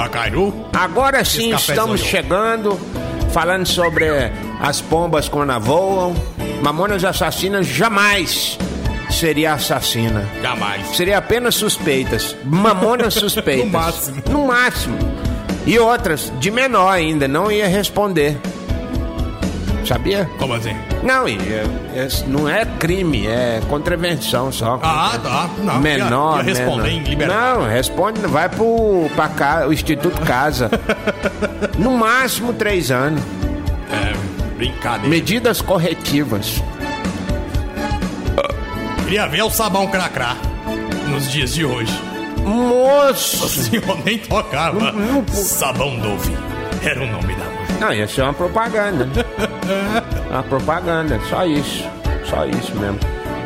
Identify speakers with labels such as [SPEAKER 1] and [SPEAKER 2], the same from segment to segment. [SPEAKER 1] Pacaju.
[SPEAKER 2] Agora
[SPEAKER 1] Esse
[SPEAKER 2] sim
[SPEAKER 1] café
[SPEAKER 2] estamos
[SPEAKER 1] sou eu.
[SPEAKER 2] chegando, falando sobre as pombas quando voam. Mamonas assassinas jamais seria assassina.
[SPEAKER 1] Jamais.
[SPEAKER 2] Seria apenas suspeitas. Mamonas suspeitas.
[SPEAKER 1] No máximo.
[SPEAKER 2] No máximo. E outras, de menor ainda, não ia responder. Sabia?
[SPEAKER 1] Como assim?
[SPEAKER 2] Não, e, é- é- não é crime, é contravenção só.
[SPEAKER 1] Ah, tá. Não,
[SPEAKER 2] menor,
[SPEAKER 1] ia- ia responder
[SPEAKER 2] menor.
[SPEAKER 1] em liberdade.
[SPEAKER 2] Não, responde, vai pro pra cá, o Instituto Casa. no máximo três anos.
[SPEAKER 1] É, brincadeira.
[SPEAKER 2] Medidas corretivas.
[SPEAKER 1] Queria ver o sabão cracrá nos dias de hoje.
[SPEAKER 2] Moço!
[SPEAKER 1] Assim eu nem tocava. Sabão Dove era o nome da música.
[SPEAKER 2] Não, ia ser uma propaganda. né? uma propaganda, só isso. Só isso mesmo.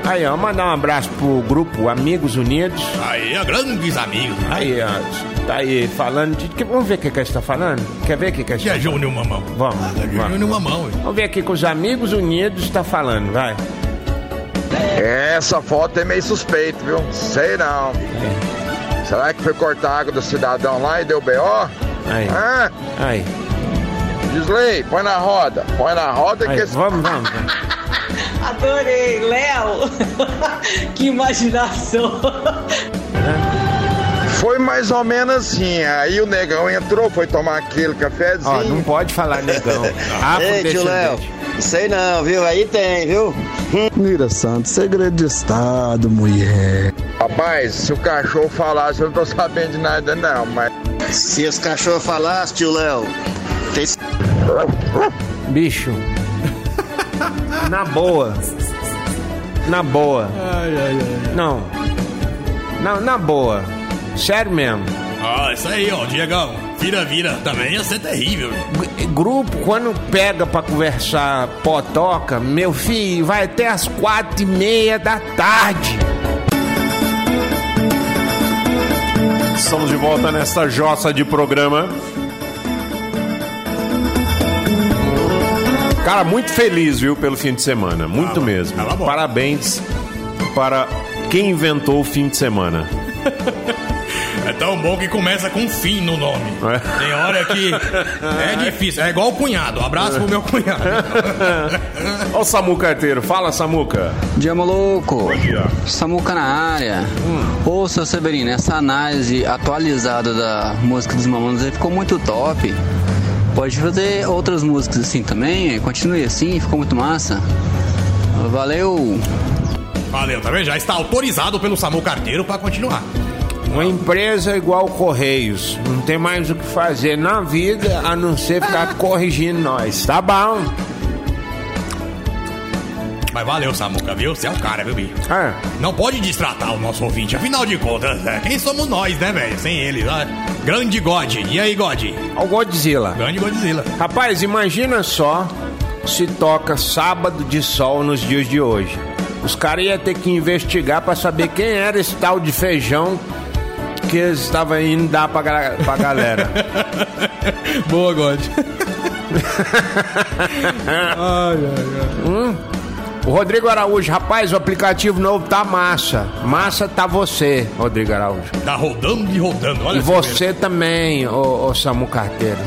[SPEAKER 2] Aí, ó, mandar um abraço pro grupo Amigos Unidos.
[SPEAKER 1] Aí, ó, grandes amigos. Aí,
[SPEAKER 2] Aí, ó, tá aí falando de. que- Vamos ver o que, que está falando? Quer ver o que, que
[SPEAKER 1] que
[SPEAKER 2] está
[SPEAKER 1] é Júnior Mamão.
[SPEAKER 2] Vamos,
[SPEAKER 1] Ah, é
[SPEAKER 2] vamos.
[SPEAKER 1] Júnior Mamão. hein?
[SPEAKER 2] Vamos ver aqui que os Amigos Unidos está falando, vai.
[SPEAKER 3] Essa foto é meio suspeita, viu? Sei não. Será que foi cortar a água do cidadão lá e deu B.O.?
[SPEAKER 2] Aí.
[SPEAKER 3] Hã?
[SPEAKER 2] Aí.
[SPEAKER 3] Disley, põe na roda. Põe na roda que
[SPEAKER 2] aí.
[SPEAKER 3] esse
[SPEAKER 2] Vamos, vamos. vamos.
[SPEAKER 4] Adorei, Léo. que imaginação.
[SPEAKER 3] foi mais ou menos assim. Aí o negão entrou, foi tomar aquele cafezinho.
[SPEAKER 2] Ó, não pode falar negão. Ah,
[SPEAKER 5] Ei, tio Léo,
[SPEAKER 2] Afrodescendente.
[SPEAKER 5] sei não, viu? Aí tem, viu? Hum.
[SPEAKER 6] Mira Santos, segredo de Estado, mulher.
[SPEAKER 3] Rapaz, se o cachorro falasse, eu não tô sabendo de nada, não, mas.
[SPEAKER 5] Se esse cachorro falasse, tio Léo, tem
[SPEAKER 2] Bicho. Na boa. Na boa. Não. Não, na boa. Sério mesmo.
[SPEAKER 1] Ah, isso aí, ó, Diegão. Vira, vira. Também ia ser terrível. hein?
[SPEAKER 2] Gru- Grupo, quando pega pra conversar potoca, meu filho, vai até as quatro e meia da tarde.
[SPEAKER 7] Estamos de volta nesta jossa de programa. Cara, muito feliz, viu, pelo fim de semana. Muito
[SPEAKER 1] Ah,
[SPEAKER 7] mesmo.
[SPEAKER 1] tá bom.
[SPEAKER 7] Parabéns para quem inventou o fim de semana.
[SPEAKER 1] É tão bom que começa com fim no nome.
[SPEAKER 7] É.
[SPEAKER 1] Tem hora que é difícil. É igual o cunhado. Abraço pro meu cunhado.
[SPEAKER 7] Ó o Samu Carteiro. Fala, Samuca.
[SPEAKER 8] Dia maluco,
[SPEAKER 7] dia.
[SPEAKER 8] Samuca na área.
[SPEAKER 5] Hum.
[SPEAKER 8] Ô, seu Severino, essa análise atualizada da música dos Mamonas aí ficou muito top. Pode fazer outras músicas assim também, hein? continue assim, ficou muito massa. Valeu!
[SPEAKER 1] Valeu, tá vendo? Já está autorizado pelo Samu Carteiro pra continuar.
[SPEAKER 2] Uma empresa igual Correios. Não tem mais o que fazer na vida a não ser ficar corrigindo nós. Tá bom.
[SPEAKER 1] Mas valeu, Samuca, viu? Você é o cara, meu bicho.
[SPEAKER 2] Ah,
[SPEAKER 1] Não pode destratar o nosso ouvinte, afinal de contas, é, quem somos nós, né, velho? Sem ele, né? Grande God. E aí, God?
[SPEAKER 2] o Godzilla.
[SPEAKER 1] Grande Godzilla.
[SPEAKER 2] Rapaz, imagina só se toca sábado de sol nos dias de hoje. Os caras iam ter que investigar pra saber quem era esse tal de feijão que eles estavam indo dar pra, gra- pra galera.
[SPEAKER 1] Boa, God.
[SPEAKER 2] O Rodrigo Araújo, rapaz, o aplicativo novo tá massa. Massa tá você, Rodrigo Araújo.
[SPEAKER 1] Tá rodando e rodando, olha
[SPEAKER 2] E
[SPEAKER 1] essa
[SPEAKER 2] você também, ô, ô Samu Carteiro.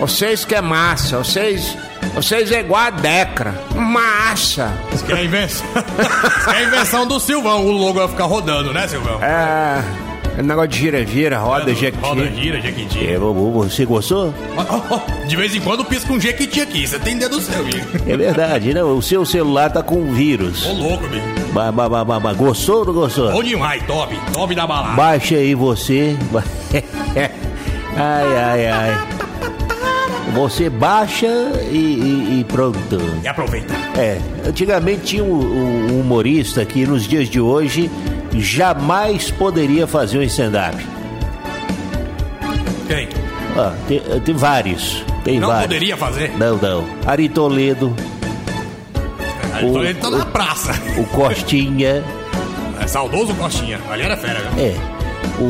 [SPEAKER 2] Vocês que é massa, vocês. Vocês é igual a Decra. Massa!
[SPEAKER 1] Que é a invenção. Isso que é a invenção do Silvão. O logo vai ficar rodando, né, Silvão? Tá
[SPEAKER 2] É. é Negócio de gira-gira, roda,
[SPEAKER 1] Roda,
[SPEAKER 2] jequiti.
[SPEAKER 1] gira, jequiti.
[SPEAKER 2] É, Bubu, você gostou?
[SPEAKER 1] Ó, ó, De vez em quando pisca um jequiti aqui. Você tem dedo seu, bicho.
[SPEAKER 2] É verdade, né? O seu celular tá com vírus.
[SPEAKER 1] Ô, louco, bicho.
[SPEAKER 2] Ba, ba, ba, ba, ba. Gostou ou não gostou?
[SPEAKER 1] Bom demais, top. Top da balada.
[SPEAKER 2] Baixa aí você. ai, ai, ai. Você baixa e, e- e pronto.
[SPEAKER 1] E aproveita.
[SPEAKER 2] É, antigamente tinha um, um humorista que nos dias de hoje jamais poderia fazer um stand-up.
[SPEAKER 1] Quem?
[SPEAKER 2] Ah, tem, tem vários. Tem
[SPEAKER 1] Não
[SPEAKER 2] vários.
[SPEAKER 1] poderia fazer.
[SPEAKER 2] Não, não. Ari Toledo,
[SPEAKER 1] Aí tô- Ele tá na praça.
[SPEAKER 2] o Costinha,
[SPEAKER 1] É saudoso Costinha. Ali era fera, viu?
[SPEAKER 2] é. O,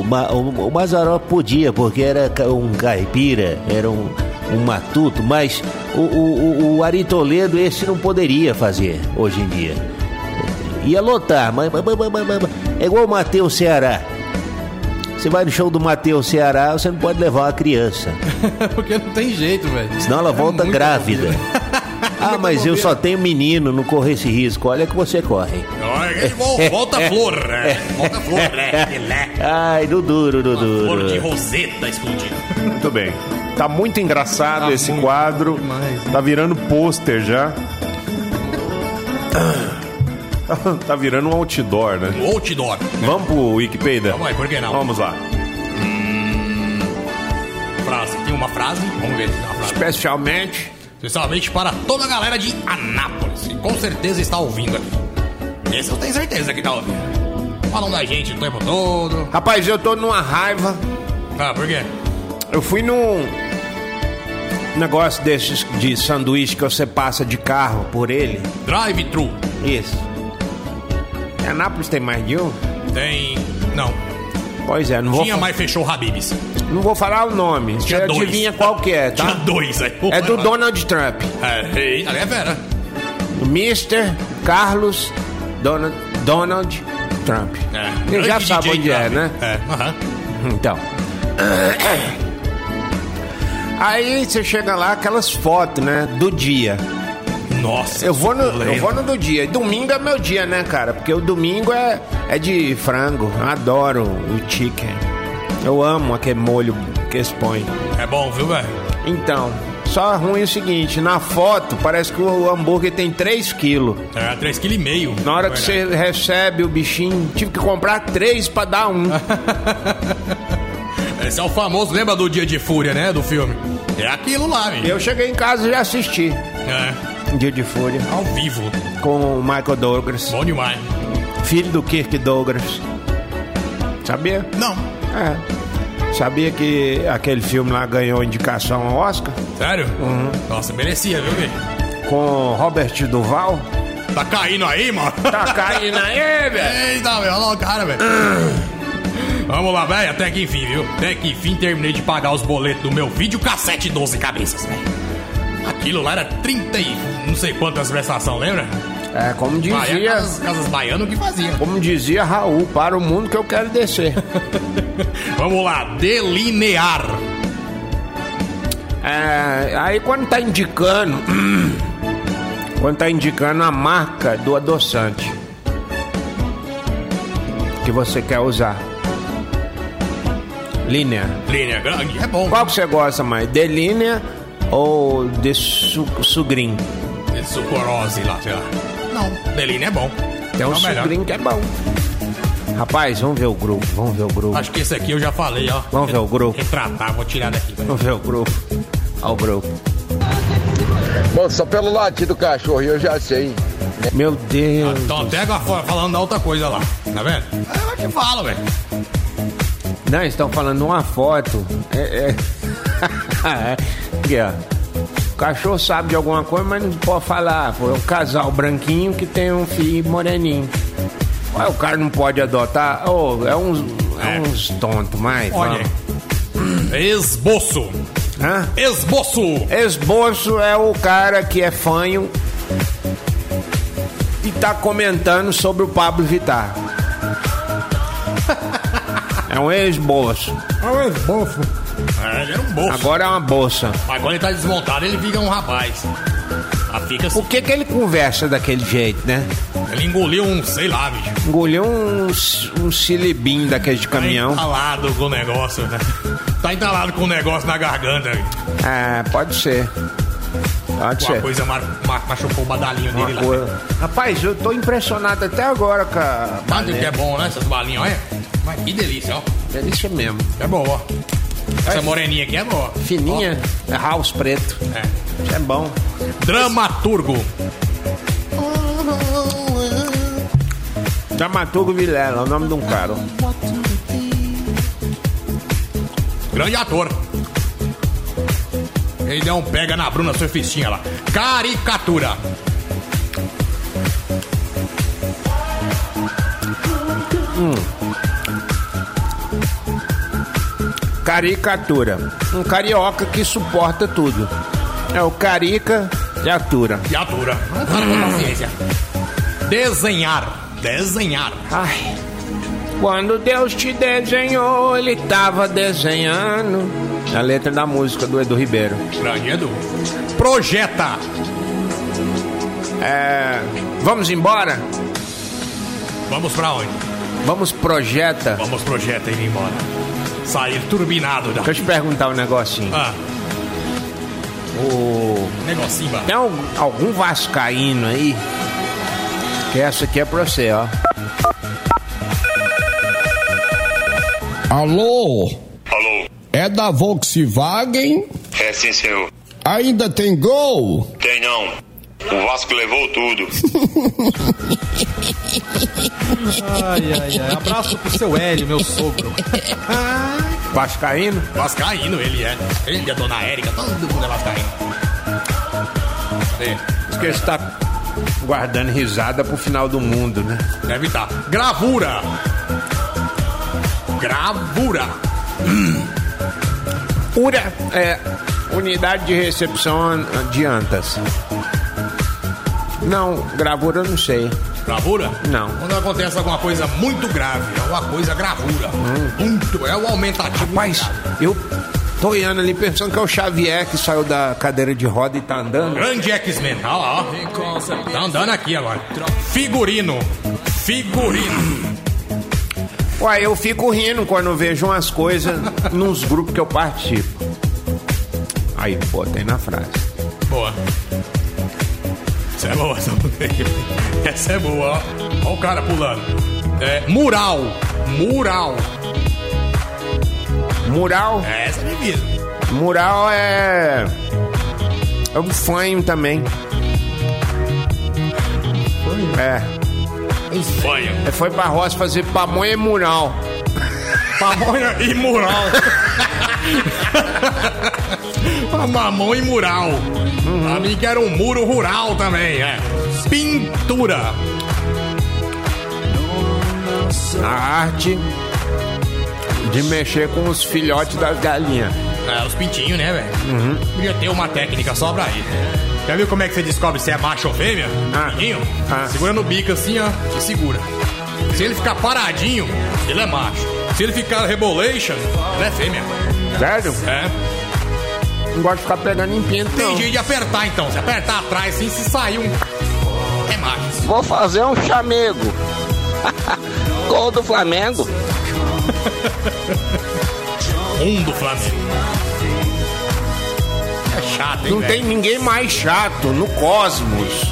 [SPEAKER 2] o, Ma- o, o Mazarop podia, porque era ca- um caipira, era um, um matuto, mas o, o, o, o Ari Toledo esse não poderia fazer hoje em dia. Ia lotar, mas, mas- mas- mas- mas- mas- é igual o Matheus Ceará.
[SPEAKER 9] Você vai no show do Matheus Ceará, você não pode levar uma criança.
[SPEAKER 1] É Porque não tem jeito, velho.
[SPEAKER 9] Senão ela
[SPEAKER 1] É
[SPEAKER 9] volta
[SPEAKER 1] muito
[SPEAKER 9] grávida. Ah, mas eu só tenho menino, não corro esse risco. Olha que você corre.
[SPEAKER 1] Olha, ele vol- Volta flor,
[SPEAKER 2] É.
[SPEAKER 1] né? Volta flor, né? Filé.
[SPEAKER 9] Ai, do duro, do
[SPEAKER 1] Flor
[SPEAKER 2] É.
[SPEAKER 1] de
[SPEAKER 9] duro.
[SPEAKER 1] roseta explodindo.
[SPEAKER 7] Muito bem. Tá muito engraçado esse quadro. Tá virando pôster já. tá virando um outdoor, né?
[SPEAKER 1] Outdoor.
[SPEAKER 7] Vamos pro Wikipedia?
[SPEAKER 1] Vamos aí, por que não?
[SPEAKER 7] Vamos lá.
[SPEAKER 1] Frase. Tem uma frase? Vamos ver se tem uma frase.
[SPEAKER 2] Especialmente
[SPEAKER 1] Especialmente para toda a galera de Anápolis, que com certeza está ouvindo aqui. Esse eu tenho certeza que está ouvindo. Falam da gente o tempo todo.
[SPEAKER 2] Rapaz, eu tô numa raiva.
[SPEAKER 1] Ah, por quê?
[SPEAKER 2] Eu fui num negócio desses de sanduíche que você passa de carro por ele.
[SPEAKER 1] Drive-thru.
[SPEAKER 2] Isso. Em Anápolis tem mais de um?
[SPEAKER 1] Tem. Não.
[SPEAKER 2] Pois é, não vou,
[SPEAKER 1] Tinha, mas fechou o Habibs.
[SPEAKER 2] não vou falar o nome. Você
[SPEAKER 1] Tinha dois.
[SPEAKER 2] adivinha qual que é,
[SPEAKER 1] Tinha
[SPEAKER 2] tá?
[SPEAKER 1] dois aí.
[SPEAKER 2] É do Donald Trump.
[SPEAKER 1] É, ei, ali é Vera.
[SPEAKER 2] Mr. Carlos Donald, Donald Trump.
[SPEAKER 1] É.
[SPEAKER 2] Ele já
[SPEAKER 1] Grande
[SPEAKER 2] sabe
[SPEAKER 1] DJ
[SPEAKER 2] onde é,
[SPEAKER 1] Trump.
[SPEAKER 2] né?
[SPEAKER 1] É. Aham.
[SPEAKER 2] Então. Aí você chega lá, aquelas fotos, né? Do dia.
[SPEAKER 1] Nossa.
[SPEAKER 2] Eu vou, no, eu
[SPEAKER 1] suculento.
[SPEAKER 2] vou no do dia. E Domingo é meu dia, né, cara? Porque o domingo é, é de frango. Eu adoro o chicken. Eu amo aquele molho que eles põem.
[SPEAKER 1] É bom, viu, velho?
[SPEAKER 2] Então, só ruim é o seguinte: na foto parece que o hambúrguer tem 3 quilos.
[SPEAKER 1] É 3,5 kg.
[SPEAKER 2] Na hora que você recebe o bichinho, tive que comprar três pra dar um.
[SPEAKER 1] Esse é o famoso, lembra do Dia de Fúria, né? Do filme. É aquilo lá, velho.
[SPEAKER 2] Eu cheguei em casa e já assisti.
[SPEAKER 1] É.
[SPEAKER 2] Dia de Fúria.
[SPEAKER 1] Ao vivo.
[SPEAKER 2] Com o Michael Douglas.
[SPEAKER 1] Bom demais.
[SPEAKER 2] Filho do Kirk Douglas. Sabia?
[SPEAKER 1] Não.
[SPEAKER 2] É. Sabia que aquele filme lá ganhou indicação ao Oscar?
[SPEAKER 1] Sério?
[SPEAKER 2] Uhum.
[SPEAKER 1] Nossa, merecia, viu, velho?
[SPEAKER 2] Com Robert Duval?
[SPEAKER 1] Tá caindo aí, mano.
[SPEAKER 2] Tá caindo aí, velho!
[SPEAKER 1] Eita, velho. Olha lá o cara, velho. Vamos lá, velho. Até que enfim, viu? Até que enfim terminei de pagar os boletos do meu vídeo cassete 12 cabeças, velho. Aquilo lá era 30 e não sei quantas prestações, lembra?
[SPEAKER 2] É, como
[SPEAKER 1] Ah, é
[SPEAKER 2] dizia.
[SPEAKER 1] casas, casas baiano que fazia.
[SPEAKER 2] Como dizia Raul, para o mundo que eu quero descer.
[SPEAKER 1] Vamos lá, delinear.
[SPEAKER 2] É, aí quando tá indicando. Quando tá indicando a marca do adoçante que você quer usar. Linha.
[SPEAKER 1] Linha grande, é bom.
[SPEAKER 2] Qual que você gosta mais? De linha ou de su sugrim?
[SPEAKER 1] Esse É Sucorose lá, sei lá. Não, delinear é bom.
[SPEAKER 2] Tem um
[SPEAKER 1] É o melhor.
[SPEAKER 2] sugrim que é bom. Rapaz, vamos ver o grupo, vamos ver o grupo.
[SPEAKER 1] Acho que esse aqui eu já falei, ó.
[SPEAKER 2] Vamos ver o grupo.
[SPEAKER 1] Retratar, vou tirar daqui. vai.
[SPEAKER 2] Vamos ver o grupo. Olha o grupo.
[SPEAKER 3] Mano, só pelo latido do cachorro eu já sei.
[SPEAKER 2] Meu Deus.
[SPEAKER 1] Então até agora fora, falando da outra coisa lá, tá vendo? É o que fala, velho.
[SPEAKER 2] Não, eles estão falando uma foto. É, é. Aqui, ó. O cachorro sabe de alguma coisa, mas não pode falar. Foi um casal branquinho que tem um filho moreninho. Ué, o cara não pode adotar. Ô, é uns, é
[SPEAKER 1] É.
[SPEAKER 2] uns tontos, mas.
[SPEAKER 1] Olha
[SPEAKER 2] vamos.
[SPEAKER 1] aí. Esboço.
[SPEAKER 2] Hã?
[SPEAKER 1] Esboço.
[SPEAKER 2] Esboço é o cara que é fanho e tá comentando sobre o Pablo Vittar. É um esboço.
[SPEAKER 1] É, ele era um bolso. Agora...
[SPEAKER 2] Agora é uma bolsa.
[SPEAKER 1] ele tá desmontado, ele fica um rapaz. Ah, fica assim.
[SPEAKER 2] Por que, que ele conversa daquele jeito, né?
[SPEAKER 1] Ele engoliu um, sei lá, bicho.
[SPEAKER 2] Engoliu um, um silibim daquele de
[SPEAKER 1] Tá
[SPEAKER 2] caminhão.
[SPEAKER 1] entalado com o negócio, né? Tá entalado com o negócio na garganta, velho.
[SPEAKER 2] É, pode ser. Pode
[SPEAKER 1] Ah. Uma
[SPEAKER 2] ser.
[SPEAKER 1] coisa né? ma ma machucou o badalinho
[SPEAKER 2] Uma
[SPEAKER 1] dele lá.
[SPEAKER 2] coisa. Rapaz, eu tô impressionado até agora com a
[SPEAKER 1] Sabe o que é bom, né? Essas balinhas, olha. Mas que delícia, ó.
[SPEAKER 2] delícia mesmo.
[SPEAKER 1] É boa, ó. Essa moreninha aqui é boa.
[SPEAKER 2] Fininha, é house preto.
[SPEAKER 1] Ó, é.
[SPEAKER 2] Isso é bom.
[SPEAKER 1] Dramaturgo.
[SPEAKER 2] Dramaturgo Vilela, é o nome de um cara.
[SPEAKER 1] Grande ator. Ele deu um pega na Bruna Surfistinha lá. Caricatura.
[SPEAKER 2] Caricatura. Um carioca que suporta tudo. É o carica e atura.
[SPEAKER 1] E atura. Não tá com paciência. Desenhar. Desenhar.
[SPEAKER 2] Ai. Quando Deus te desenhou, ele tava desenhando. A letra da música do Edu Ribeiro.
[SPEAKER 1] Grande Edu. Projeta.
[SPEAKER 2] É, vamos embora?
[SPEAKER 1] Vamos pra onde?
[SPEAKER 2] Vamos projeta.
[SPEAKER 1] Vamos, projeta, ir embora. Sair turbinado da.
[SPEAKER 2] Deixa eu te perguntar um negocinho.
[SPEAKER 1] Ah,
[SPEAKER 2] O-
[SPEAKER 1] negocinho, ba-
[SPEAKER 2] Tem algum, algum vascaíno aí? Que essa aqui é pra você, ó.
[SPEAKER 10] Alô? Alô? É da Volkswagen?
[SPEAKER 11] É sim, senhor.
[SPEAKER 10] Ainda tem gol?
[SPEAKER 11] Tem não. O Vasco levou tudo.
[SPEAKER 12] Ai, ai, ai. Abraço pro seu Hélio, meu sogro.
[SPEAKER 2] Vascaíno?
[SPEAKER 1] Vascaíno, ele é. Ele é dona Érica, todo mundo é Vascaíno. É,
[SPEAKER 2] Porque você tá guardando risada pro final do mundo, né?
[SPEAKER 1] deve estar. Gravura. Gravura.
[SPEAKER 2] Ura é unidade de recepção an- de antas. Não, gravura eu não sei.
[SPEAKER 1] Gravura?
[SPEAKER 2] Não.
[SPEAKER 1] Quando acontece alguma coisa muito grave, é uma coisa gravura. Muito, é o aumentativo.
[SPEAKER 2] Mas eu tô olhando ali pensando que é o Xavier que saiu da cadeira de roda e tá andando.
[SPEAKER 1] Grande X-Men. Olha lá, ó. Tá andando aqui agora. Figurino. Figurino.
[SPEAKER 2] Uai, eu fico rindo quando eu vejo umas coisas nos grupos que eu participo. Aí, botei na frase.
[SPEAKER 1] Boa. Essa é boa, essa é Essa é boa, ó. Ó o cara pulando. É, mural. Mural.
[SPEAKER 2] Mural,
[SPEAKER 1] É, essa é difícil.
[SPEAKER 2] mural é. É um fanho também. É.
[SPEAKER 1] Um fanho.
[SPEAKER 2] É, Foi pra roça fazer pamonha e mural.
[SPEAKER 1] Pamonha e mural. Mamão e mural. A mim que era um muro rural também, é. Pintura.
[SPEAKER 2] A arte de mexer com os filhotes das galinhas.
[SPEAKER 1] É, os pintinhos, né, velho?
[SPEAKER 2] Uhum.
[SPEAKER 1] Podia ter uma técnica só pra isso. Já viu como é que você descobre se é macho ou fêmea?
[SPEAKER 2] Ah.
[SPEAKER 1] Pintinho?
[SPEAKER 2] Ah.
[SPEAKER 1] Segurando o bico assim, ó. E segura. Se ele ficar paradinho, ele é macho. Se ele ficar rebolation, ele é fêmea.
[SPEAKER 2] Sério?
[SPEAKER 1] É.
[SPEAKER 2] Não gosto de ficar pegando em pinto,
[SPEAKER 1] Tem
[SPEAKER 2] não.
[SPEAKER 1] jeito de apertar, então. Se apertar atrás, assim, se sair um... É macho.
[SPEAKER 5] Vou fazer um chamego. Gol do Flamengo.
[SPEAKER 1] Um do Flamengo. É chato, hein,
[SPEAKER 2] Não tem
[SPEAKER 1] velho?
[SPEAKER 2] ninguém mais chato no cosmos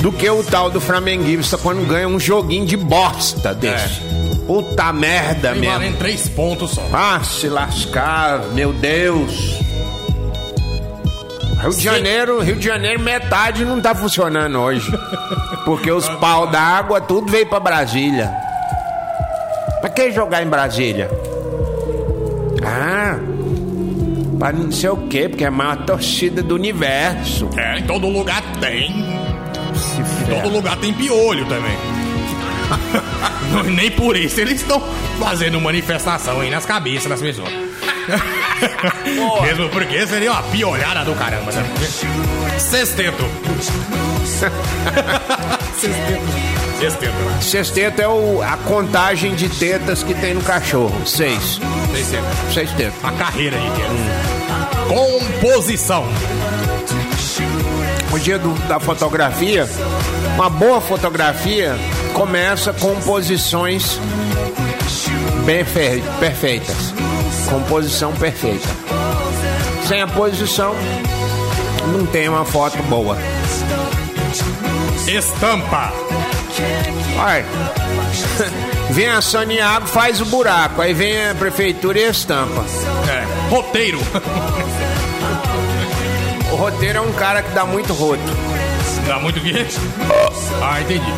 [SPEAKER 2] do que o tal do flamenguista quando ganha um joguinho de bosta desse. Puta merda
[SPEAKER 1] Tem
[SPEAKER 2] mesmo.
[SPEAKER 1] valendo três pontos só.
[SPEAKER 2] Ah, se lascar, meu Deus. Rio de Janeiro, Rio de Janeiro, metade não tá funcionando hoje. Porque os pau da água tudo veio pra Brasília. Pra que jogar em Brasília? Ah, pra não sei o quê, porque é a maior torcida do universo.
[SPEAKER 1] É, em todo lugar tem.
[SPEAKER 2] Se
[SPEAKER 1] Todo
[SPEAKER 2] ferra.
[SPEAKER 1] lugar tem piolho também. Não, Nem por isso eles estão fazendo manifestação aí nas cabeças das pessoas. Mesmo porque seria uma piolhada do caramba. Sabe? Sexteto. Sexteto. Sexteto.
[SPEAKER 2] Sexteto é o- a contagem de tetas que tem no cachorro. Seis.
[SPEAKER 1] Sexteto.
[SPEAKER 2] Seis tetas.
[SPEAKER 1] A carreira aí. que é. Composição.
[SPEAKER 2] O Um dia do- da fotografia, uma boa fotografia começa com posições bem fe- perfeitas. Composição perfeita. Sem a posição, não tem uma foto boa.
[SPEAKER 1] Estampa.
[SPEAKER 2] Olha, vem a Saniago, faz o buraco, aí vem a prefeitura e estampa.
[SPEAKER 1] É. Roteiro.
[SPEAKER 2] O roteiro é um cara que dá muito roto.
[SPEAKER 1] Dá muito que. Ah, entendi.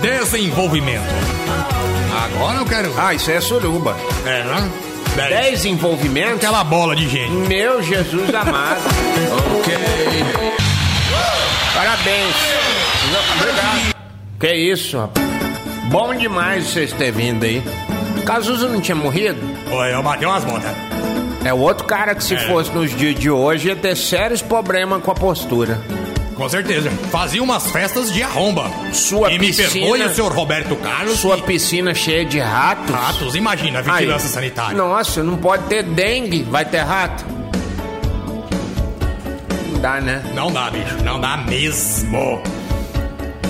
[SPEAKER 1] Desenvolvimento. Agora eu quero.
[SPEAKER 2] Ah, isso é suruba.
[SPEAKER 1] É, né? Dez.
[SPEAKER 2] Dez envolvimentos?
[SPEAKER 1] Aquela bola de gente.
[SPEAKER 2] Meu Jesus amado. Parabéns. Obrigado. Que isso, rapaz. Bom demais vocês terem vindo aí. Cazuza não tinha morrido?
[SPEAKER 1] Oi, eu bati umas botas.
[SPEAKER 2] É outro cara que se
[SPEAKER 1] É.
[SPEAKER 2] fosse nos dias de hoje ia ter sérios problemas com a postura.
[SPEAKER 1] Com certeza. Fazia umas festas de arromba.
[SPEAKER 2] Sua
[SPEAKER 1] e
[SPEAKER 2] piscina-
[SPEAKER 1] me perdoe o senhor Roberto Carlos.
[SPEAKER 2] Sua piscina cheia de ratos.
[SPEAKER 1] Ratos, imagina, vigilância
[SPEAKER 2] Aí.
[SPEAKER 1] sanitária.
[SPEAKER 2] Nossa, não pode ter dengue, vai ter rato. Não dá, né?
[SPEAKER 1] Não dá, bicho. Não dá mesmo.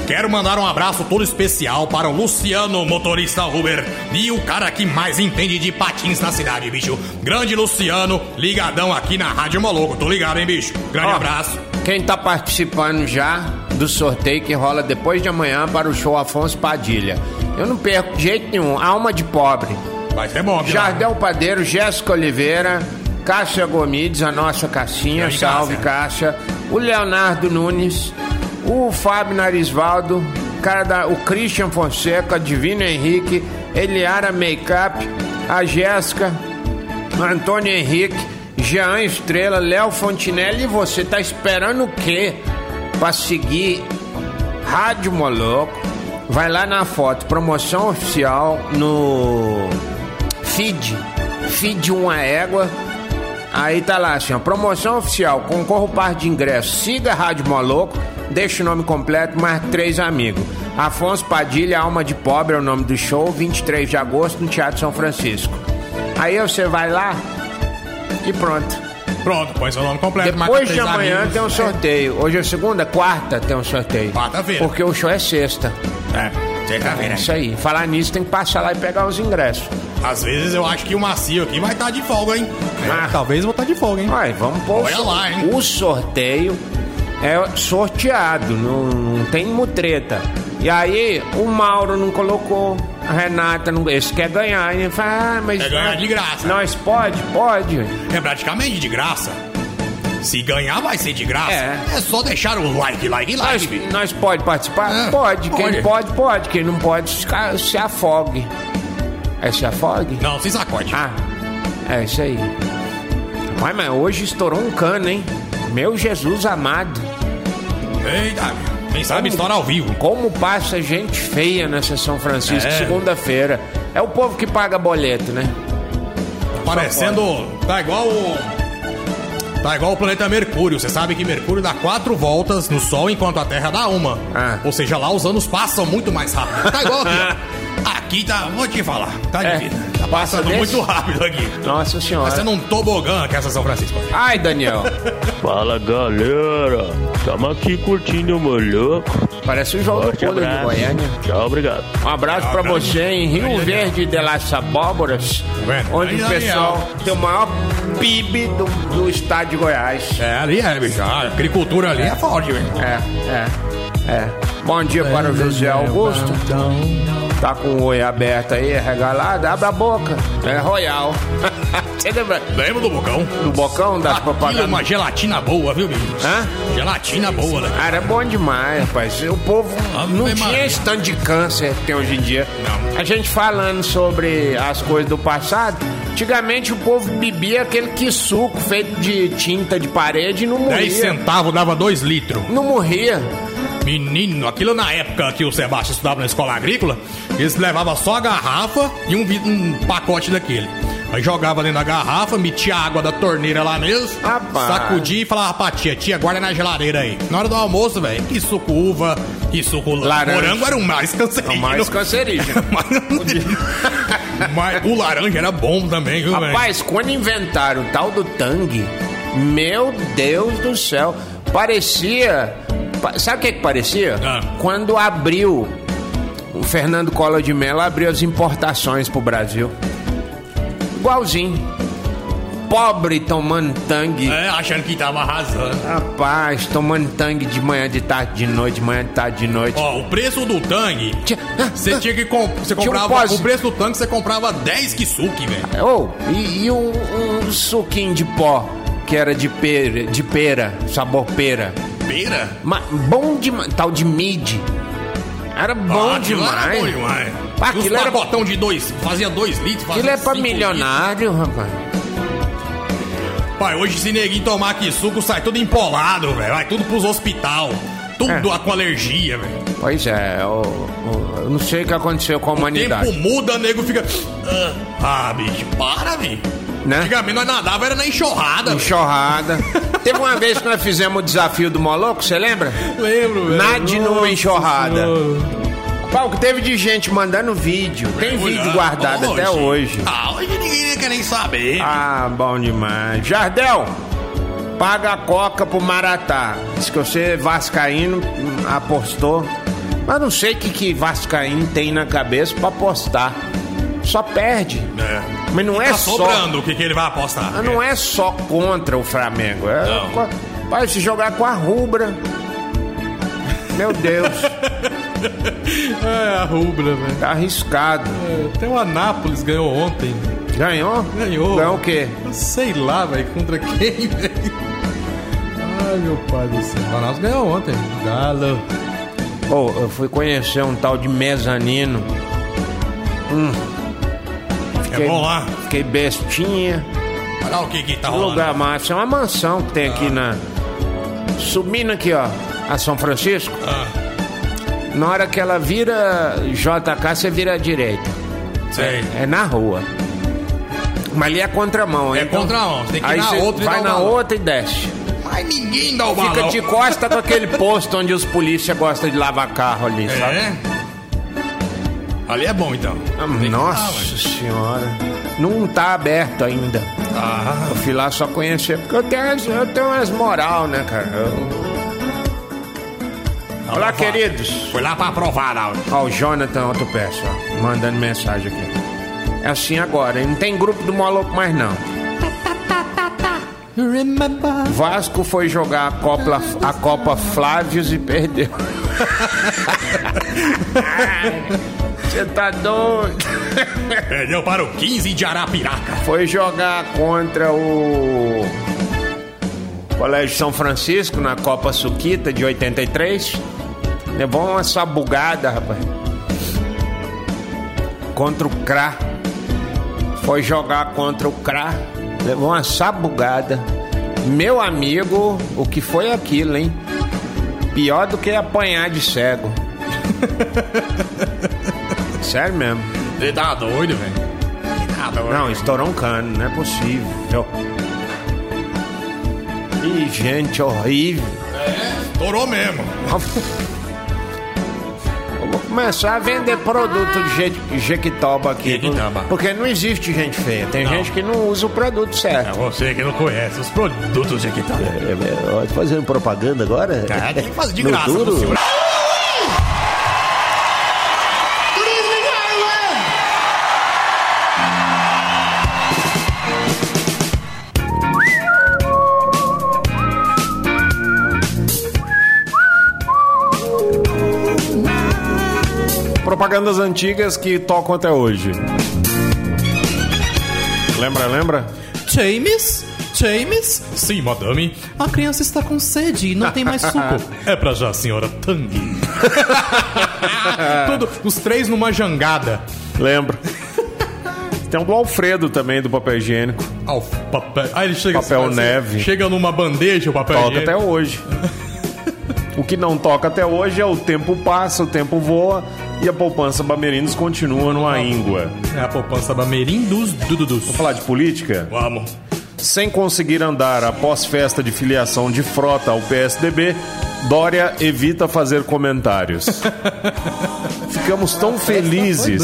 [SPEAKER 1] Quero mandar um abraço todo especial para o Luciano, motorista Uber, e o cara que mais entende de patins na cidade, bicho. Grande Luciano, ligadão aqui na Rádio Moloco. Tô ligado, hein, bicho? Grande
[SPEAKER 2] Ó,
[SPEAKER 1] abraço.
[SPEAKER 2] Quem tá participando já do sorteio que rola depois de amanhã para o show Afonso Padilha. Eu não perco de jeito nenhum, alma de pobre.
[SPEAKER 1] Vai ser bom, Pilar.
[SPEAKER 2] Jardel Padeiro, Jéssica Oliveira, Cássia Gomides, a nossa Cassinha,
[SPEAKER 1] Grande
[SPEAKER 2] salve Cássia. O Leonardo Nunes, o Fábio Narisvaldo, cara da- o Christian Fonseca, Divino Henrique, Eliara Makeup, a Jéssica, Antônio Henrique, Jean Estrela, Léo Fontinelli, e você tá esperando o quê? Pra seguir Rádio Moloco, vai lá na foto, promoção oficial no feed, feed uma égua, aí tá lá assim, ó, promoção oficial, concorra o par de ingressos, siga a Rádio Moloco, deixa o nome completo, mais três amigos. Afonso Padilha, Alma de Pobre é o nome do show, 23 de agosto no Teatro São Francisco. Aí você vai lá e pronto.
[SPEAKER 1] Pronto, põe seu nome completo. marca
[SPEAKER 2] Depois de
[SPEAKER 1] três
[SPEAKER 2] amanhã
[SPEAKER 1] amigos.
[SPEAKER 2] tem um sorteio. Hoje é segunda, quarta tem um sorteio.
[SPEAKER 1] Quarta-feira.
[SPEAKER 2] Porque o show é sexta.
[SPEAKER 1] É,
[SPEAKER 2] É
[SPEAKER 1] sexta-feira.
[SPEAKER 2] isso aí. Falar nisso tem que passar lá e pegar os ingressos.
[SPEAKER 1] Às vezes eu acho que o macio aqui vai estar de folga, hein?
[SPEAKER 2] Talvez vou estar de folga, hein? Vai, vamos pôr. o
[SPEAKER 1] Olha
[SPEAKER 2] sor-
[SPEAKER 1] lá, hein?
[SPEAKER 2] O sorteio é sorteado, não, não tem mutreta. E aí, o Mauro não colocou, a Renata não. Esse quer ganhar, hein? Fala, ah, mas.
[SPEAKER 1] Quer É ganhar de graça.
[SPEAKER 2] Nós pode? Pode.
[SPEAKER 1] É praticamente de graça. Se ganhar, vai ser de graça.
[SPEAKER 2] É.
[SPEAKER 1] É, só deixar o like, like, like. filho.
[SPEAKER 2] Ah, Nós, nós pode participar?
[SPEAKER 1] É,
[SPEAKER 2] pode. Quem
[SPEAKER 1] pode.
[SPEAKER 2] pode, pode. Quem não pode, fica- se afogue. É se afogue?
[SPEAKER 1] Não, se sacode.
[SPEAKER 2] Ah, é isso aí. Mas, mas hoje estourou um cano, hein? Meu Jesus amado.
[SPEAKER 1] Eita, quem sabe estoura ao vivo.
[SPEAKER 2] Como passa gente feia nessa São Francisco,
[SPEAKER 1] É.
[SPEAKER 2] segunda-feira. É o povo que paga boleto, né?
[SPEAKER 1] Parecendo. Tá igual o. Tá igual o planeta Mercúrio. Você sabe que Mercúrio dá quatro voltas no Sol enquanto a Terra dá uma. Ou seja, lá os anos passam muito mais rápido. Tá igual aqui. ó. aqui tá. Vou te falar. Tá
[SPEAKER 2] É.
[SPEAKER 1] difícil. Tá
[SPEAKER 2] Passa
[SPEAKER 1] passando
[SPEAKER 2] desse?
[SPEAKER 1] muito rápido aqui.
[SPEAKER 2] Nossa senhora.
[SPEAKER 1] Tá sendo um tobogã aqui essa São Francisco.
[SPEAKER 2] Ai, Daniel.
[SPEAKER 13] Fala galera, estamos aqui curtindo o Moloco.
[SPEAKER 2] Parece o João do
[SPEAKER 13] Forte
[SPEAKER 2] Pulo de
[SPEAKER 13] abraço.
[SPEAKER 2] Goiânia.
[SPEAKER 13] Tchau, obrigado.
[SPEAKER 2] Um abraço pra
[SPEAKER 13] Abraço.
[SPEAKER 2] você em Rio
[SPEAKER 13] Grande
[SPEAKER 2] Verde de Las Abóboras,
[SPEAKER 1] Vendo?
[SPEAKER 2] onde
[SPEAKER 1] Aí,
[SPEAKER 2] o pessoal
[SPEAKER 1] Daniel.
[SPEAKER 2] tem o maior PIB do, do estado de Goiás.
[SPEAKER 1] É, ali é, bicho. A agricultura ali é forte, velho.
[SPEAKER 2] É, é, é. Bom dia para o José Augusto. Tá com o oi aberto aí, regalado. Abre a boca. É Royal. Você lembra?
[SPEAKER 1] Lembra do bocão?
[SPEAKER 2] Do bocão das
[SPEAKER 1] Aquilo é
[SPEAKER 2] propagandas?
[SPEAKER 1] uma gelatina boa, viu, bicho?
[SPEAKER 2] Hã?
[SPEAKER 1] Gelatina boa, né?
[SPEAKER 2] Cara, é bom demais, rapaz. O povo não
[SPEAKER 1] Ah, Ave
[SPEAKER 2] tinha
[SPEAKER 1] Maria.
[SPEAKER 2] esse tanto de câncer que tem hoje em dia. Não. A gente falando sobre as coisas do passado, antigamente o povo bebia aquele que suco feito de tinta de parede e não morria.
[SPEAKER 1] 10 centavos dava 2 litros.
[SPEAKER 2] Não morria.
[SPEAKER 1] Menino, aquilo na época que o Sebastião estudava na escola agrícola, eles levavam só a garrafa e um, vi- um pacote daquele. Aí jogava dentro da garrafa, metia a água da torneira lá mesmo, sacudia e falava pra tia, tia, guarda na geladeira aí. Na hora do almoço, velho, que suco uva, que suco laranja. morango era o mais cancerígeno.
[SPEAKER 2] É O mais cancerígeno.
[SPEAKER 1] Mas o laranja era bom também, viu, velho?
[SPEAKER 2] Rapaz, quando inventaram o tal do Tang, meu Deus do céu, parecia. pa- Sabe o que, que parecia?
[SPEAKER 1] Ah.
[SPEAKER 2] Quando abriu. O Fernando Collor de Mello abriu as importações pro Brasil. Igualzinho. Pobre tomando tangue.
[SPEAKER 1] É, achando que tava arrasando.
[SPEAKER 2] Rapaz, tomando tangue de manhã, de tarde, de noite, de manhã, de tarde, de noite. ah,
[SPEAKER 1] Ó, o preço do Tang, você tinha que comp você
[SPEAKER 2] Tinha um
[SPEAKER 1] comprava
[SPEAKER 2] poste.
[SPEAKER 1] o preço do Tang, você comprava 10 kisuki, velho.
[SPEAKER 2] Oh, e, e um, um suquinho de pó que era de pera, de pera sabor pera.
[SPEAKER 1] Pera?
[SPEAKER 2] Ma- bom demais, tal de mid. Era bom
[SPEAKER 1] Ah, aquilo
[SPEAKER 2] demais.
[SPEAKER 1] era bom demais.
[SPEAKER 2] Pá,
[SPEAKER 1] Os
[SPEAKER 2] aquilo era-
[SPEAKER 1] pacotão de dois, fazia 2 litros, fazia
[SPEAKER 2] Aquilo é pra
[SPEAKER 1] cinco
[SPEAKER 2] milionário, rapaz.
[SPEAKER 1] litros. Pai, hoje se neguinho tomar kisuko, sai tudo empolado, velho. Vai tudo pros hospital. Tudo
[SPEAKER 2] É.
[SPEAKER 1] com alergia, velho.
[SPEAKER 2] Pois é, eu, eu- eu não sei o que aconteceu com a
[SPEAKER 1] Tempo
[SPEAKER 2] humanidade.
[SPEAKER 1] muda, nego fica. Ah, bicho, ah, para, velho.
[SPEAKER 2] né?
[SPEAKER 1] Antigamente nós nadava, era na enxurrada.
[SPEAKER 2] Enxurrada. Teve uma vez que nós fizemos o desafio do Moloco, você lembra?
[SPEAKER 1] Lembro, velho.
[SPEAKER 2] Nade numa enxurrada. Pá, o que teve de gente mandando vídeo. Tem vídeo guardado
[SPEAKER 1] Hoje.
[SPEAKER 2] até hoje.
[SPEAKER 1] Ah, hoje ninguém quer nem saber.
[SPEAKER 2] Ah, bom demais. Jardel, paga a coca pro Maratá. Diz que você é vascaíno hum, apostou. Mas não sei o que, que vascaíno tem na cabeça pra apostar. Só perde.
[SPEAKER 1] É.
[SPEAKER 2] Mas não é
[SPEAKER 1] tá
[SPEAKER 2] só...
[SPEAKER 1] sobrando o que, que ele vai apostar.
[SPEAKER 2] Mas Não é só contra o Flamengo. É
[SPEAKER 1] Não.
[SPEAKER 2] co- Vai se jogar com a rubra. Meu Deus.
[SPEAKER 12] É, a rubra, velho.
[SPEAKER 2] Tá arriscado.
[SPEAKER 1] É,
[SPEAKER 12] Tem o Anápolis ganhou ontem.
[SPEAKER 2] Ganhou?
[SPEAKER 12] Ganhou.
[SPEAKER 2] Ganhou o quê?
[SPEAKER 12] Sei lá, velho. Contra quem, velho? Ai, meu pai do céu. O Anápolis ganhou ontem. Galo.
[SPEAKER 2] Oh, eu fui conhecer um tal de mezanino. Hum. Fiquei,
[SPEAKER 1] É bom lá?
[SPEAKER 2] Fiquei bestinha.
[SPEAKER 1] Olha lá o que, que tá
[SPEAKER 2] Que
[SPEAKER 1] rolando.
[SPEAKER 2] lugar massa. É uma mansão que tem aqui na. Subindo aqui, ó. A São Francisco.
[SPEAKER 1] Ah,
[SPEAKER 2] Na hora que ela vira JK, você vira à direita.
[SPEAKER 1] Sei.
[SPEAKER 2] É na rua. Mas ali é contramão, hein?
[SPEAKER 1] É contramão, tem que ir
[SPEAKER 2] Aí
[SPEAKER 1] na
[SPEAKER 2] você
[SPEAKER 1] outra e dar um
[SPEAKER 2] vai
[SPEAKER 1] o
[SPEAKER 2] na
[SPEAKER 1] balão.
[SPEAKER 2] outra e desce.
[SPEAKER 1] Mas ninguém dá o balão.
[SPEAKER 2] Fica de costa com aquele posto onde os polícia gostam de lavar carro ali, sabe?
[SPEAKER 1] É? Ali é bom, então.
[SPEAKER 2] Ah, Nossa senhora. Não tá aberto ainda.
[SPEAKER 1] Ah,
[SPEAKER 2] Eu fui lá só conhecer, porque eu tenho, as- eu tenho umas moral, né, cara? Eu- Olá, queridos.
[SPEAKER 1] Foi lá pra aprovar, Laura.
[SPEAKER 2] Ó, o Jonathan, outro peça, ó, mandando mensagem aqui. É assim agora, hein? não tem grupo do maluco mais não. Vasco foi jogar a Copa, a Copa Flávios e perdeu. Você tá doido?
[SPEAKER 1] Perdeu É, para o 15 de Arapiraca.
[SPEAKER 2] Foi jogar contra o Colégio São Francisco na Copa Suquita de 83. Levou É uma sabugada, rapaz. Contra o CRA. Foi jogar contra o CRA. Levou uma sabugada. Meu amigo, o que foi aquilo, hein? Pior do que apanhar de cego. Sério mesmo.
[SPEAKER 1] Ele tá doido, velho. Tá doido.
[SPEAKER 2] Não, estourou um cano, não é possível. Ih, gente horrível.
[SPEAKER 1] Estourou mesmo.
[SPEAKER 2] Eu vou começar a vender produto de Je- Jequitoba aqui.
[SPEAKER 1] Jequitoba.
[SPEAKER 2] Porque não existe gente feia. Tem
[SPEAKER 1] Não.
[SPEAKER 2] gente que não usa o produto
[SPEAKER 1] É
[SPEAKER 2] certo.
[SPEAKER 1] você que não conhece os produtos de aqui, tá?
[SPEAKER 9] É, é, ó, fazendo propaganda agora?
[SPEAKER 1] Cara, É, tem que fazer de
[SPEAKER 9] No
[SPEAKER 1] graça.
[SPEAKER 9] duro?
[SPEAKER 1] no segurar.
[SPEAKER 7] Propagandas antigas que tocam até hoje. Lembra, lembra?
[SPEAKER 12] James? James?
[SPEAKER 1] Sim, madame.
[SPEAKER 12] A criança está com sede e não tem mais suco.
[SPEAKER 1] É pra já, senhora Tang. Tudo, os três numa jangada.
[SPEAKER 7] Lembro. Tem um do Alfredo também, do papel higiênico.
[SPEAKER 1] Ah, o papel. Aí ele chega
[SPEAKER 7] Papel
[SPEAKER 1] assim,
[SPEAKER 7] neve.
[SPEAKER 1] Chega numa bandeja o papel
[SPEAKER 7] Toca
[SPEAKER 1] higiênico.
[SPEAKER 7] até hoje. O que não toca até hoje é o tempo passa, o tempo voa e a poupança Bamerinos continua numa íngua.
[SPEAKER 1] É a poupança Bamerindos Dududus.
[SPEAKER 7] Vamos falar de política?
[SPEAKER 1] Vamos.
[SPEAKER 7] Sem conseguir andar após festa de filiação de frota ao PSDB, Dória evita fazer comentários. Ficamos tão felizes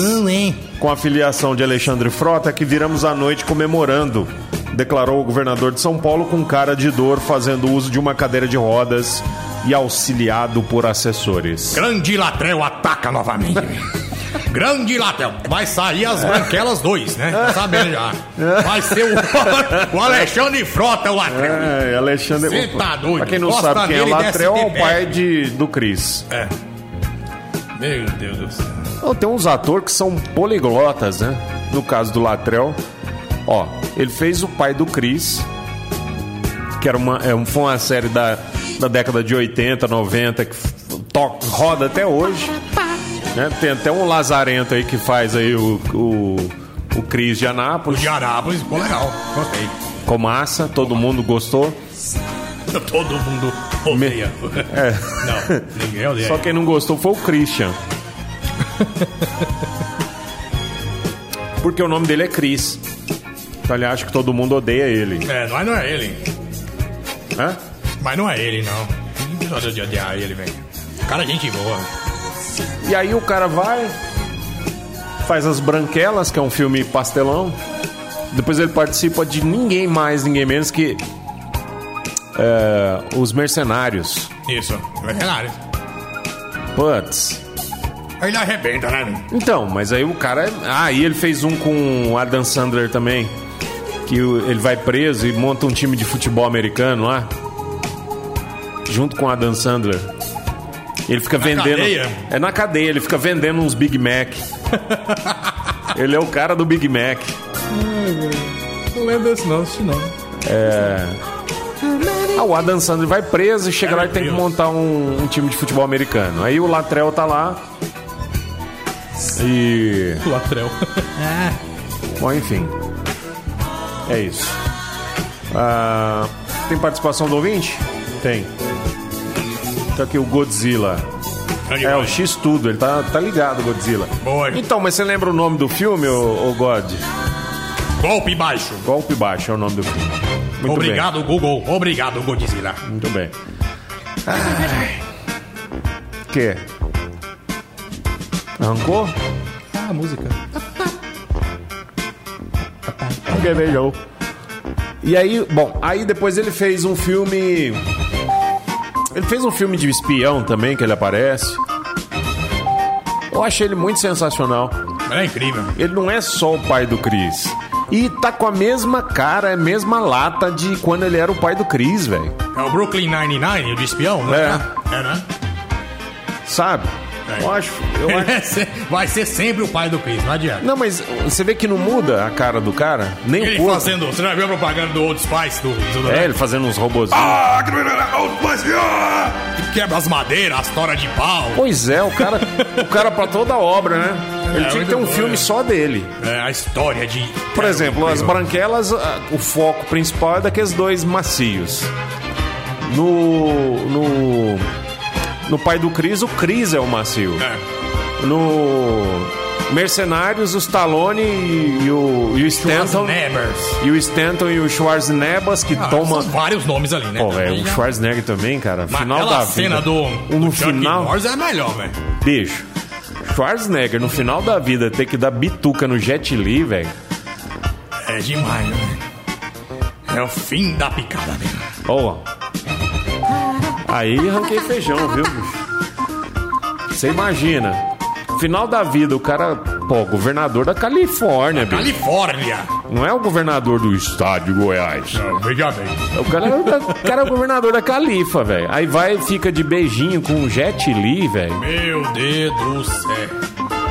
[SPEAKER 7] com a filiação de Alexandre Frota que viramos a noite comemorando, declarou o governador de São Paulo com cara de dor, fazendo uso de uma cadeira de rodas e auxiliado por assessores.
[SPEAKER 1] Grande Latrel ataca novamente. Grande Latrel. Vai sair as branquelas dois, né? Tá sabendo já. Vai ser o, o Alexandre Frota, o Latrel.
[SPEAKER 7] É, Alexandre.
[SPEAKER 1] Cê tá doido.
[SPEAKER 7] Pra quem não
[SPEAKER 1] Gosta
[SPEAKER 7] sabe quem é o
[SPEAKER 1] dele, desce
[SPEAKER 7] Latrel, é o
[SPEAKER 1] de
[SPEAKER 7] pai de, do Cris.
[SPEAKER 1] É. Meu Deus do céu.
[SPEAKER 7] Não, Então, tem uns atores que são poliglotas, né? No caso do Latrell, ó, ele fez o pai do Chris, que era uma, é, um- foi uma série da, da década de 80, 90, que f- to- roda até hoje. Né? Tem até um lazarento aí que faz aí o, o, o Chris de
[SPEAKER 1] O
[SPEAKER 7] Anápolis,
[SPEAKER 1] de Anápolis ficou legal. Gostei.
[SPEAKER 7] com massa, todo mundo gostou.
[SPEAKER 1] Todo mundo odeia.
[SPEAKER 7] É.
[SPEAKER 1] Não, ninguém odeia.
[SPEAKER 7] Só quem não gostou foi o Christian. Porque o nome dele é Chris.
[SPEAKER 2] Então ele acha que todo mundo odeia ele.
[SPEAKER 1] É, mas não é ele.
[SPEAKER 7] né?
[SPEAKER 2] Hã?
[SPEAKER 1] Mas não é ele, não. Não precisa de odiar ele, velho. Cara, gente boa.
[SPEAKER 2] E aí o cara vai, faz As Branquelas, que é um filme pastelão. Depois ele participa de ninguém mais, ninguém menos que. é, os Mercenários.
[SPEAKER 1] Isso, veterinário.
[SPEAKER 2] Putz.
[SPEAKER 1] Aí ele arrebenta, né? meu?
[SPEAKER 2] Então, mas aí o cara. Ah, e ele fez um com o Adam Sandler também. Que o- ele vai preso e monta um time de futebol americano lá. Junto com o Adam Sandler. Ele fica
[SPEAKER 1] Na
[SPEAKER 2] vendendo.
[SPEAKER 1] cadeia?
[SPEAKER 2] É na cadeia, ele fica vendendo uns Big Mac. ele é o cara do Big Mac.
[SPEAKER 7] Não lembro desse não, assisti não.
[SPEAKER 2] É. Ah, o Adam Sandler vai preso e chega lá e tem que montar um, um time de futebol americano. Aí o Latrell tá lá. E.
[SPEAKER 1] O Latrell.
[SPEAKER 2] Bom, enfim. É isso. Ah, tem participação do ouvinte? Tem. Tá aqui o Godzilla. É, o X tudo, ele tá, tá ligado, Godzilla. Então, mas você lembra o nome do filme, ô, ô God?
[SPEAKER 1] Golpe baixo.
[SPEAKER 2] Golpe baixo é o nome do filme. Muito
[SPEAKER 1] Obrigado, Google. Obrigado, Godzilla.
[SPEAKER 2] Bem. Muito bem. Ah, Que? Arrancou?
[SPEAKER 7] Ah, a música.
[SPEAKER 2] Porque beijou. E aí, bom, aí depois ele fez um filme. Ele fez um filme de espião também, que ele aparece. Eu achei ele muito sensacional.
[SPEAKER 1] É incrível.
[SPEAKER 2] Ele não é só o pai do Chris. E tá com a mesma cara, é a mesma lata de quando ele era o pai do Chris, velho.
[SPEAKER 1] É o Brooklyn Nine-Nine, o de espião, né? É, né?
[SPEAKER 2] Sabe?
[SPEAKER 1] É.
[SPEAKER 2] Eu acho. Eu
[SPEAKER 1] acho... Vai ser sempre o pai do Chris, não adianta.
[SPEAKER 2] Não, mas você vê que não muda a cara do cara? Nem
[SPEAKER 1] ele
[SPEAKER 2] o corpo.
[SPEAKER 1] fazendo. Você já viu a propaganda do Old Spice do. do
[SPEAKER 2] É, ele fazendo uns robozinhos.
[SPEAKER 1] Ah, que- Old Spice! ah! Que quebra as madeiras, as toras de pau.
[SPEAKER 2] Pois é, o cara, o cara pra toda obra, né? Ele
[SPEAKER 1] É,
[SPEAKER 2] tinha que
[SPEAKER 1] muito
[SPEAKER 2] ter um
[SPEAKER 1] bom,
[SPEAKER 2] filme
[SPEAKER 1] é.
[SPEAKER 2] só dele.
[SPEAKER 1] É, a história de.
[SPEAKER 2] Por exemplo, as branquelas, ah, o foco principal é daqueles dois macios. No. No. No pai do Cris, o Cris é o macio.
[SPEAKER 1] é,
[SPEAKER 2] No. Mercenários, o Stallone e, e o, e o Stanton. E o Stanton e o Schwarzenegger que
[SPEAKER 1] Ah,
[SPEAKER 2] toma.
[SPEAKER 1] são vários nomes ali, né?
[SPEAKER 2] Pô, velho,
[SPEAKER 1] Também
[SPEAKER 2] o
[SPEAKER 1] já-
[SPEAKER 2] Schwarzenegger também, cara.
[SPEAKER 1] Mas
[SPEAKER 2] final
[SPEAKER 1] aquela
[SPEAKER 2] da
[SPEAKER 1] cena
[SPEAKER 2] vida.
[SPEAKER 1] do-
[SPEAKER 2] Um no
[SPEAKER 1] do Chuck
[SPEAKER 2] final.
[SPEAKER 1] Norris é melhor, velho.
[SPEAKER 2] Bicho, Schwarzenegger no final da vida ter que dar bituca no Jet Li, velho.
[SPEAKER 1] É demais, né? É o fim da picada mesmo.
[SPEAKER 2] Ó. Aí arranquei feijão, viu, bicho? Você imagina. Final da vida, o cara, pô, governador da Califórnia, bicho.
[SPEAKER 1] Califórnia!
[SPEAKER 2] Não é o governador do estado de Goiás.
[SPEAKER 1] Não, veja bem.
[SPEAKER 2] O cara, é o da- o cara é o governador da Califa, velho. Aí vai e fica de beijinho com o Jet Li, velho.
[SPEAKER 1] Meu Deus do céu.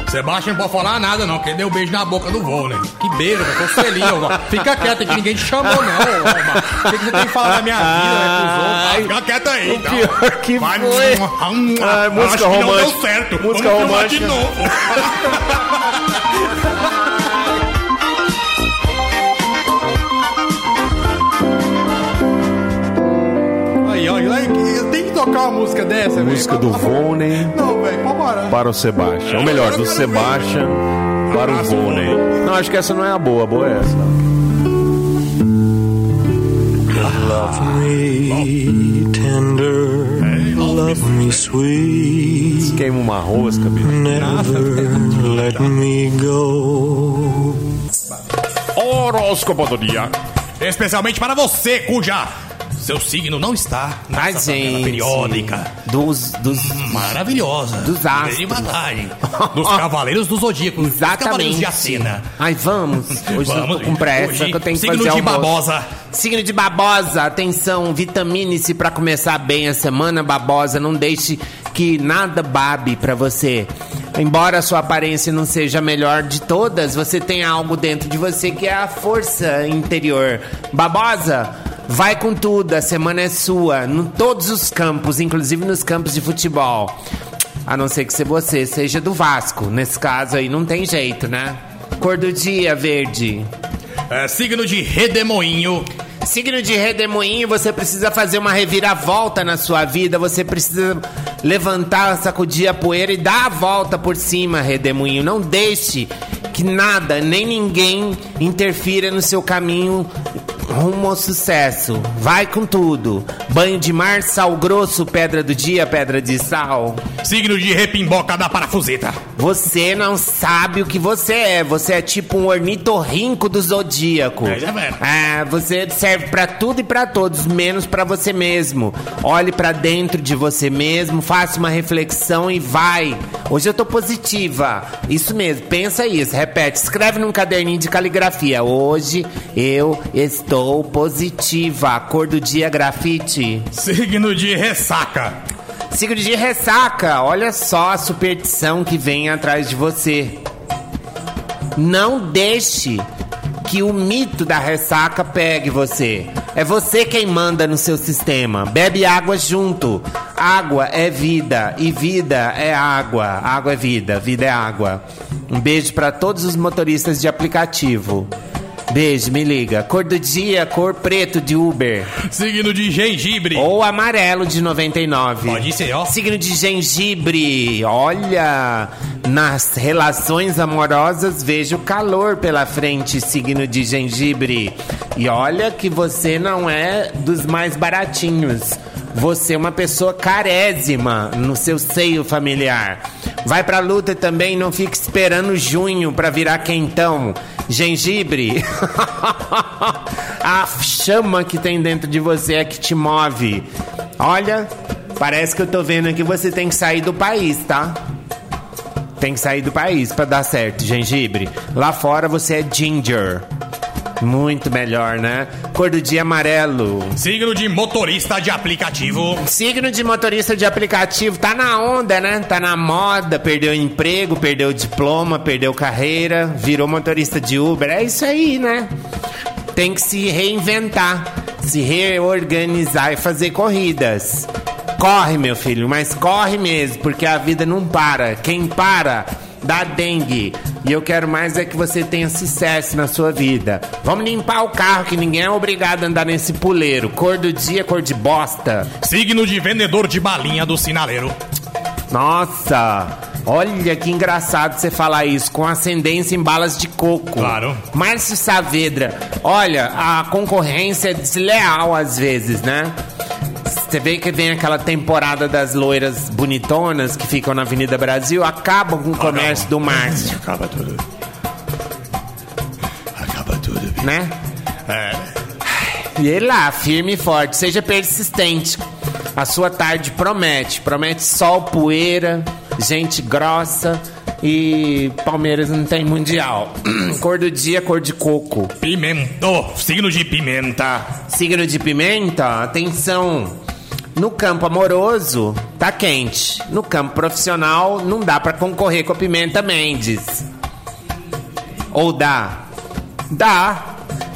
[SPEAKER 1] Sebastião não pode falar nada, não, porque ele deu um beijo na boca do voo, né? Que beijo, velho. Tô feliz, ó. Fica quieto, que ninguém te chamou, não, ô, Omar. O que que você tem que falar da minha vida, né? Pros outros? Ah, Fica quieto aí,
[SPEAKER 2] O pior que
[SPEAKER 1] Vai, hum,
[SPEAKER 2] foi. Ah, música
[SPEAKER 1] acho que Não
[SPEAKER 2] romântica.
[SPEAKER 1] deu certo.
[SPEAKER 2] Música
[SPEAKER 1] Vamos filmar
[SPEAKER 2] romântica.
[SPEAKER 1] de novo. Aí, ó, lá que- tem que tocar uma música dessa, velho.
[SPEAKER 2] Música do Volney
[SPEAKER 1] Não, velho, pode parar.
[SPEAKER 2] para o Sebastian. Ou melhor, do Sebastian para o Volney. Não, acho que essa não é a boa. A boa é essa.
[SPEAKER 14] Love me tender, love me sweet.
[SPEAKER 2] É. Queima uma rosca, bicho.
[SPEAKER 14] Never let me go.
[SPEAKER 1] Horóscopo do dia. Especialmente para você, cuja seu signo não está nessa tabela periódica.
[SPEAKER 9] Dos, dos...
[SPEAKER 1] Maravilhosa.
[SPEAKER 9] Dos astros.
[SPEAKER 1] De vantagem. Dos cavaleiros do zodíaco. Dos cavaleiros de Atena.
[SPEAKER 9] Ai, vamos. Hoje eu tô
[SPEAKER 1] Vamos,
[SPEAKER 9] com pressa
[SPEAKER 1] hoje,
[SPEAKER 9] que eu tenho que
[SPEAKER 1] signo
[SPEAKER 9] fazer
[SPEAKER 1] de
[SPEAKER 9] almoço.
[SPEAKER 1] babosa.
[SPEAKER 9] Signo de babosa. Atenção, vitamine-se pra começar bem a semana, babosa. Não deixe que nada babe pra você. Embora a sua aparência não seja a melhor de todas, você tem algo dentro de você que é a força interior. Babosa, Vai com tudo, a semana é sua, em todos os campos, inclusive nos campos de futebol. A não ser que se você seja do Vasco. Nesse caso aí não tem jeito, né? Cor do dia, verde.
[SPEAKER 1] É, signo de redemoinho.
[SPEAKER 9] Signo de redemoinho, você precisa fazer uma reviravolta na sua vida, você precisa levantar, sacudir a poeira e dar a volta por cima, redemoinho. Não deixe que nada, nem ninguém interfira no seu caminho rumo ao sucesso. Vai com tudo. Banho de mar, sal grosso, pedra do dia, pedra de sal.
[SPEAKER 1] Signo de repimboca da parafuseta.
[SPEAKER 9] Você não sabe o que você é. Você é tipo um ornitorrinco do zodíaco.
[SPEAKER 1] É, já era.
[SPEAKER 9] Ah, você serve pra tudo e pra todos, menos pra você mesmo. Olhe pra dentro de você mesmo, faça uma reflexão e vai. Hoje eu tô positiva. Isso mesmo, pensa isso, repete, escreve num caderninho de caligrafia. Hoje eu estou positiva. Cor do dia grafite.
[SPEAKER 1] Signo de ressaca.
[SPEAKER 9] Signo de ressaca, olha só a superstição que vem atrás de você. Não deixe que o mito da ressaca pegue você. É você quem manda no seu sistema. Bebe água junto. Água é vida e vida é água. Água é vida, vida é água. Um beijo para todos os motoristas de aplicativo. Beijo, me liga. Cor do dia, cor preto de Uber.
[SPEAKER 1] Signo de gengibre.
[SPEAKER 9] Ou amarelo de 99.
[SPEAKER 1] Pode ser, ó.
[SPEAKER 9] Signo de gengibre. Olha, nas relações amorosas vejo calor pela frente, signo de gengibre. E olha que você não é dos mais baratinhos. Você é uma pessoa carésima no seu seio familiar. Vai pra luta também, não fique esperando junho pra virar quentão. Gengibre, a chama que tem dentro de você é que te move. Olha, parece que eu tô vendo que você tem que sair do país, tá? Tem que sair do país pra dar certo, gengibre. Lá fora você é ginger. Muito melhor, né? Cor do dia amarelo.
[SPEAKER 1] Signo de motorista de aplicativo.
[SPEAKER 9] Signo de motorista de aplicativo tá na onda, né? Tá na moda, perdeu emprego, perdeu diploma, perdeu carreira, virou motorista de Uber. É isso aí, né? Tem que se reinventar, se reorganizar e fazer corridas. Corre, meu filho, mas corre mesmo, porque a vida não para. Quem para dá dengue. E eu quero mais é que você tenha sucesso na sua vida. Vamos limpar o carro, que ninguém é obrigado a andar nesse puleiro. Cor do dia, cor de bosta.
[SPEAKER 1] Signo de vendedor de balinha do sinaleiro.
[SPEAKER 9] Nossa! Olha que engraçado você falar isso, com ascendência em balas de coco.
[SPEAKER 1] Claro.
[SPEAKER 9] Márcio Saavedra, olha, a concorrência é desleal às vezes, né? Você vê que vem aquela temporada das loiras bonitonas que ficam na Avenida Brasil, acabam com o comércio do Márcio,
[SPEAKER 1] Acaba tudo. Acaba tudo.
[SPEAKER 9] né?
[SPEAKER 1] É.
[SPEAKER 9] E ele lá, firme e forte, seja persistente. A sua tarde promete. Promete sol, poeira, gente grossa e Palmeiras não tem mundial. cor do dia, cor de coco. tá?
[SPEAKER 1] Pimenta. Oh, signo de pimenta.
[SPEAKER 9] Signo de pimenta, atenção. No campo amoroso, tá quente. No campo profissional, não dá pra concorrer com a Pimenta Mendes. Ou dá? Dá.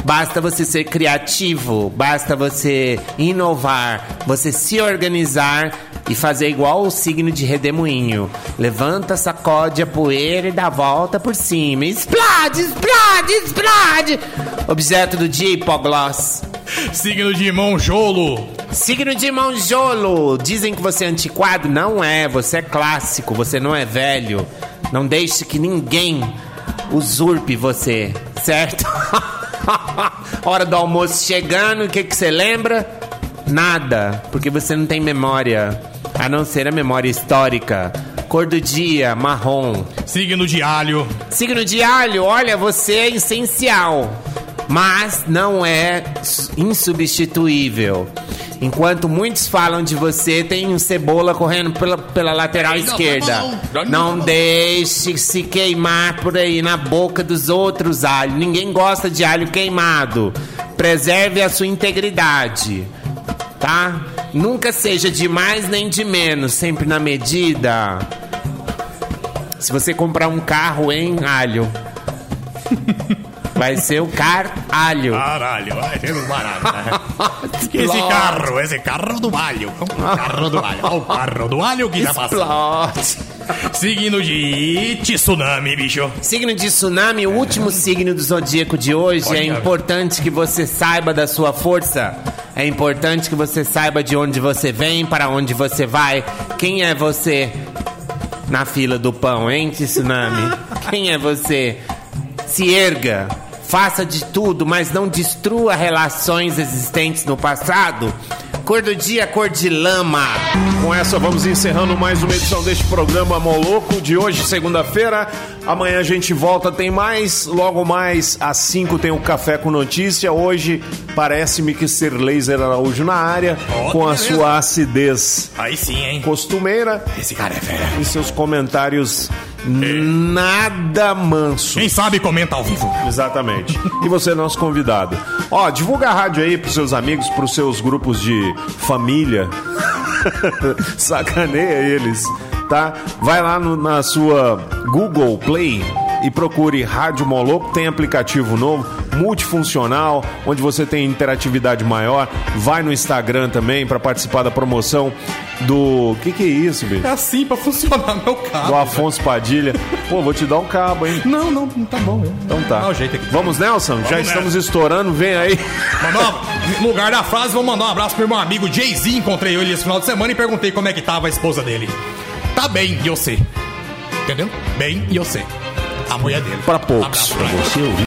[SPEAKER 9] Basta você ser criativo, basta você inovar, você se organizar e fazer igual o signo de redemoinho. Levanta, sacode a poeira e dá a volta por cima. Explode, explode, explode! Objeto do dia, hipogloss.
[SPEAKER 1] Signo de monjolo.
[SPEAKER 9] Signo de Monjolo! Dizem que você é antiquado? Não é, você é clássico, você não é velho. Não deixe que ninguém usurpe você, certo? Hora do almoço chegando, o que que você lembra? Nada, porque você não tem memória, a não ser a memória histórica. Cor do dia, marrom.
[SPEAKER 1] Signo de alho.
[SPEAKER 9] Signo de alho, olha, você é essencial, mas não é s- insubstituível. Enquanto muitos falam de você, tem um cebola correndo pela, pela lateral esquerda. Não deixe se queimar por aí na boca dos outros alho. Ninguém gosta de alho queimado. Preserve a sua integridade, tá? Nunca seja de mais nem de menos, sempre na medida. Se você comprar um carro em alho, vai ser o caralho.
[SPEAKER 1] Caralho, vai ser um baralho. né? Esse carro, esse carro do alho. Carro do alho. Olha o carro do alho que tá passando.
[SPEAKER 9] Explode.
[SPEAKER 1] Signo de tsunami, bicho.
[SPEAKER 9] Signo de tsunami, o último signo do zodíaco de hoje.
[SPEAKER 1] Olha.
[SPEAKER 9] É importante que você saiba da sua força. É importante que você saiba de onde você vem, para onde você vai. Quem é você na fila do pão, hein, tsunami? Quem é você Se erga, faça de tudo, mas não destrua relações existentes no passado. Cor do dia, cor de lama.
[SPEAKER 2] Com essa, vamos encerrando mais uma edição deste programa Moloco de hoje, segunda-feira. Amanhã a gente volta, tem mais. Logo mais, às 5 tem o Café com Notícia. Hoje parece-me que ser laser Araújo na área, com a sua acidez.
[SPEAKER 1] Aí sim, hein?
[SPEAKER 2] Costumeira.
[SPEAKER 1] Esse cara é fera.
[SPEAKER 2] E seus comentários nada manso.
[SPEAKER 1] Quem sabe comenta ao vivo.
[SPEAKER 2] Exatamente. e você é nosso convidado. Ó, divulga a rádio aí pros seus amigos, pros seus grupos de família. Sacaneia eles, tá? Vai lá no- na sua Google Play e procure Rádio Moloco, tem aplicativo novo, multifuncional, onde você tem interatividade maior. Vai no Instagram também para participar da promoção do. Que que é isso, bicho?
[SPEAKER 1] É assim pra funcionar meu
[SPEAKER 2] do
[SPEAKER 1] carro.
[SPEAKER 2] Afonso Padilha. Pô, vou te dar um cabo, hein?
[SPEAKER 1] Não, não, não tá bom. hein?
[SPEAKER 2] Então tá. Vamos, Nelson? Já
[SPEAKER 1] nessa.
[SPEAKER 2] estamos estourando, vem aí.
[SPEAKER 1] Mandar um- no lugar da frase, vou mandar um abraço pro meu amigo Jay-Z. Encontrei ele esse final de semana e perguntei como é que tava a esposa dele. Tá bem, e eu sei. Entendeu? Bem, e eu sei. A mulher dele.
[SPEAKER 2] Pra poucos.
[SPEAKER 1] Abraço pra você.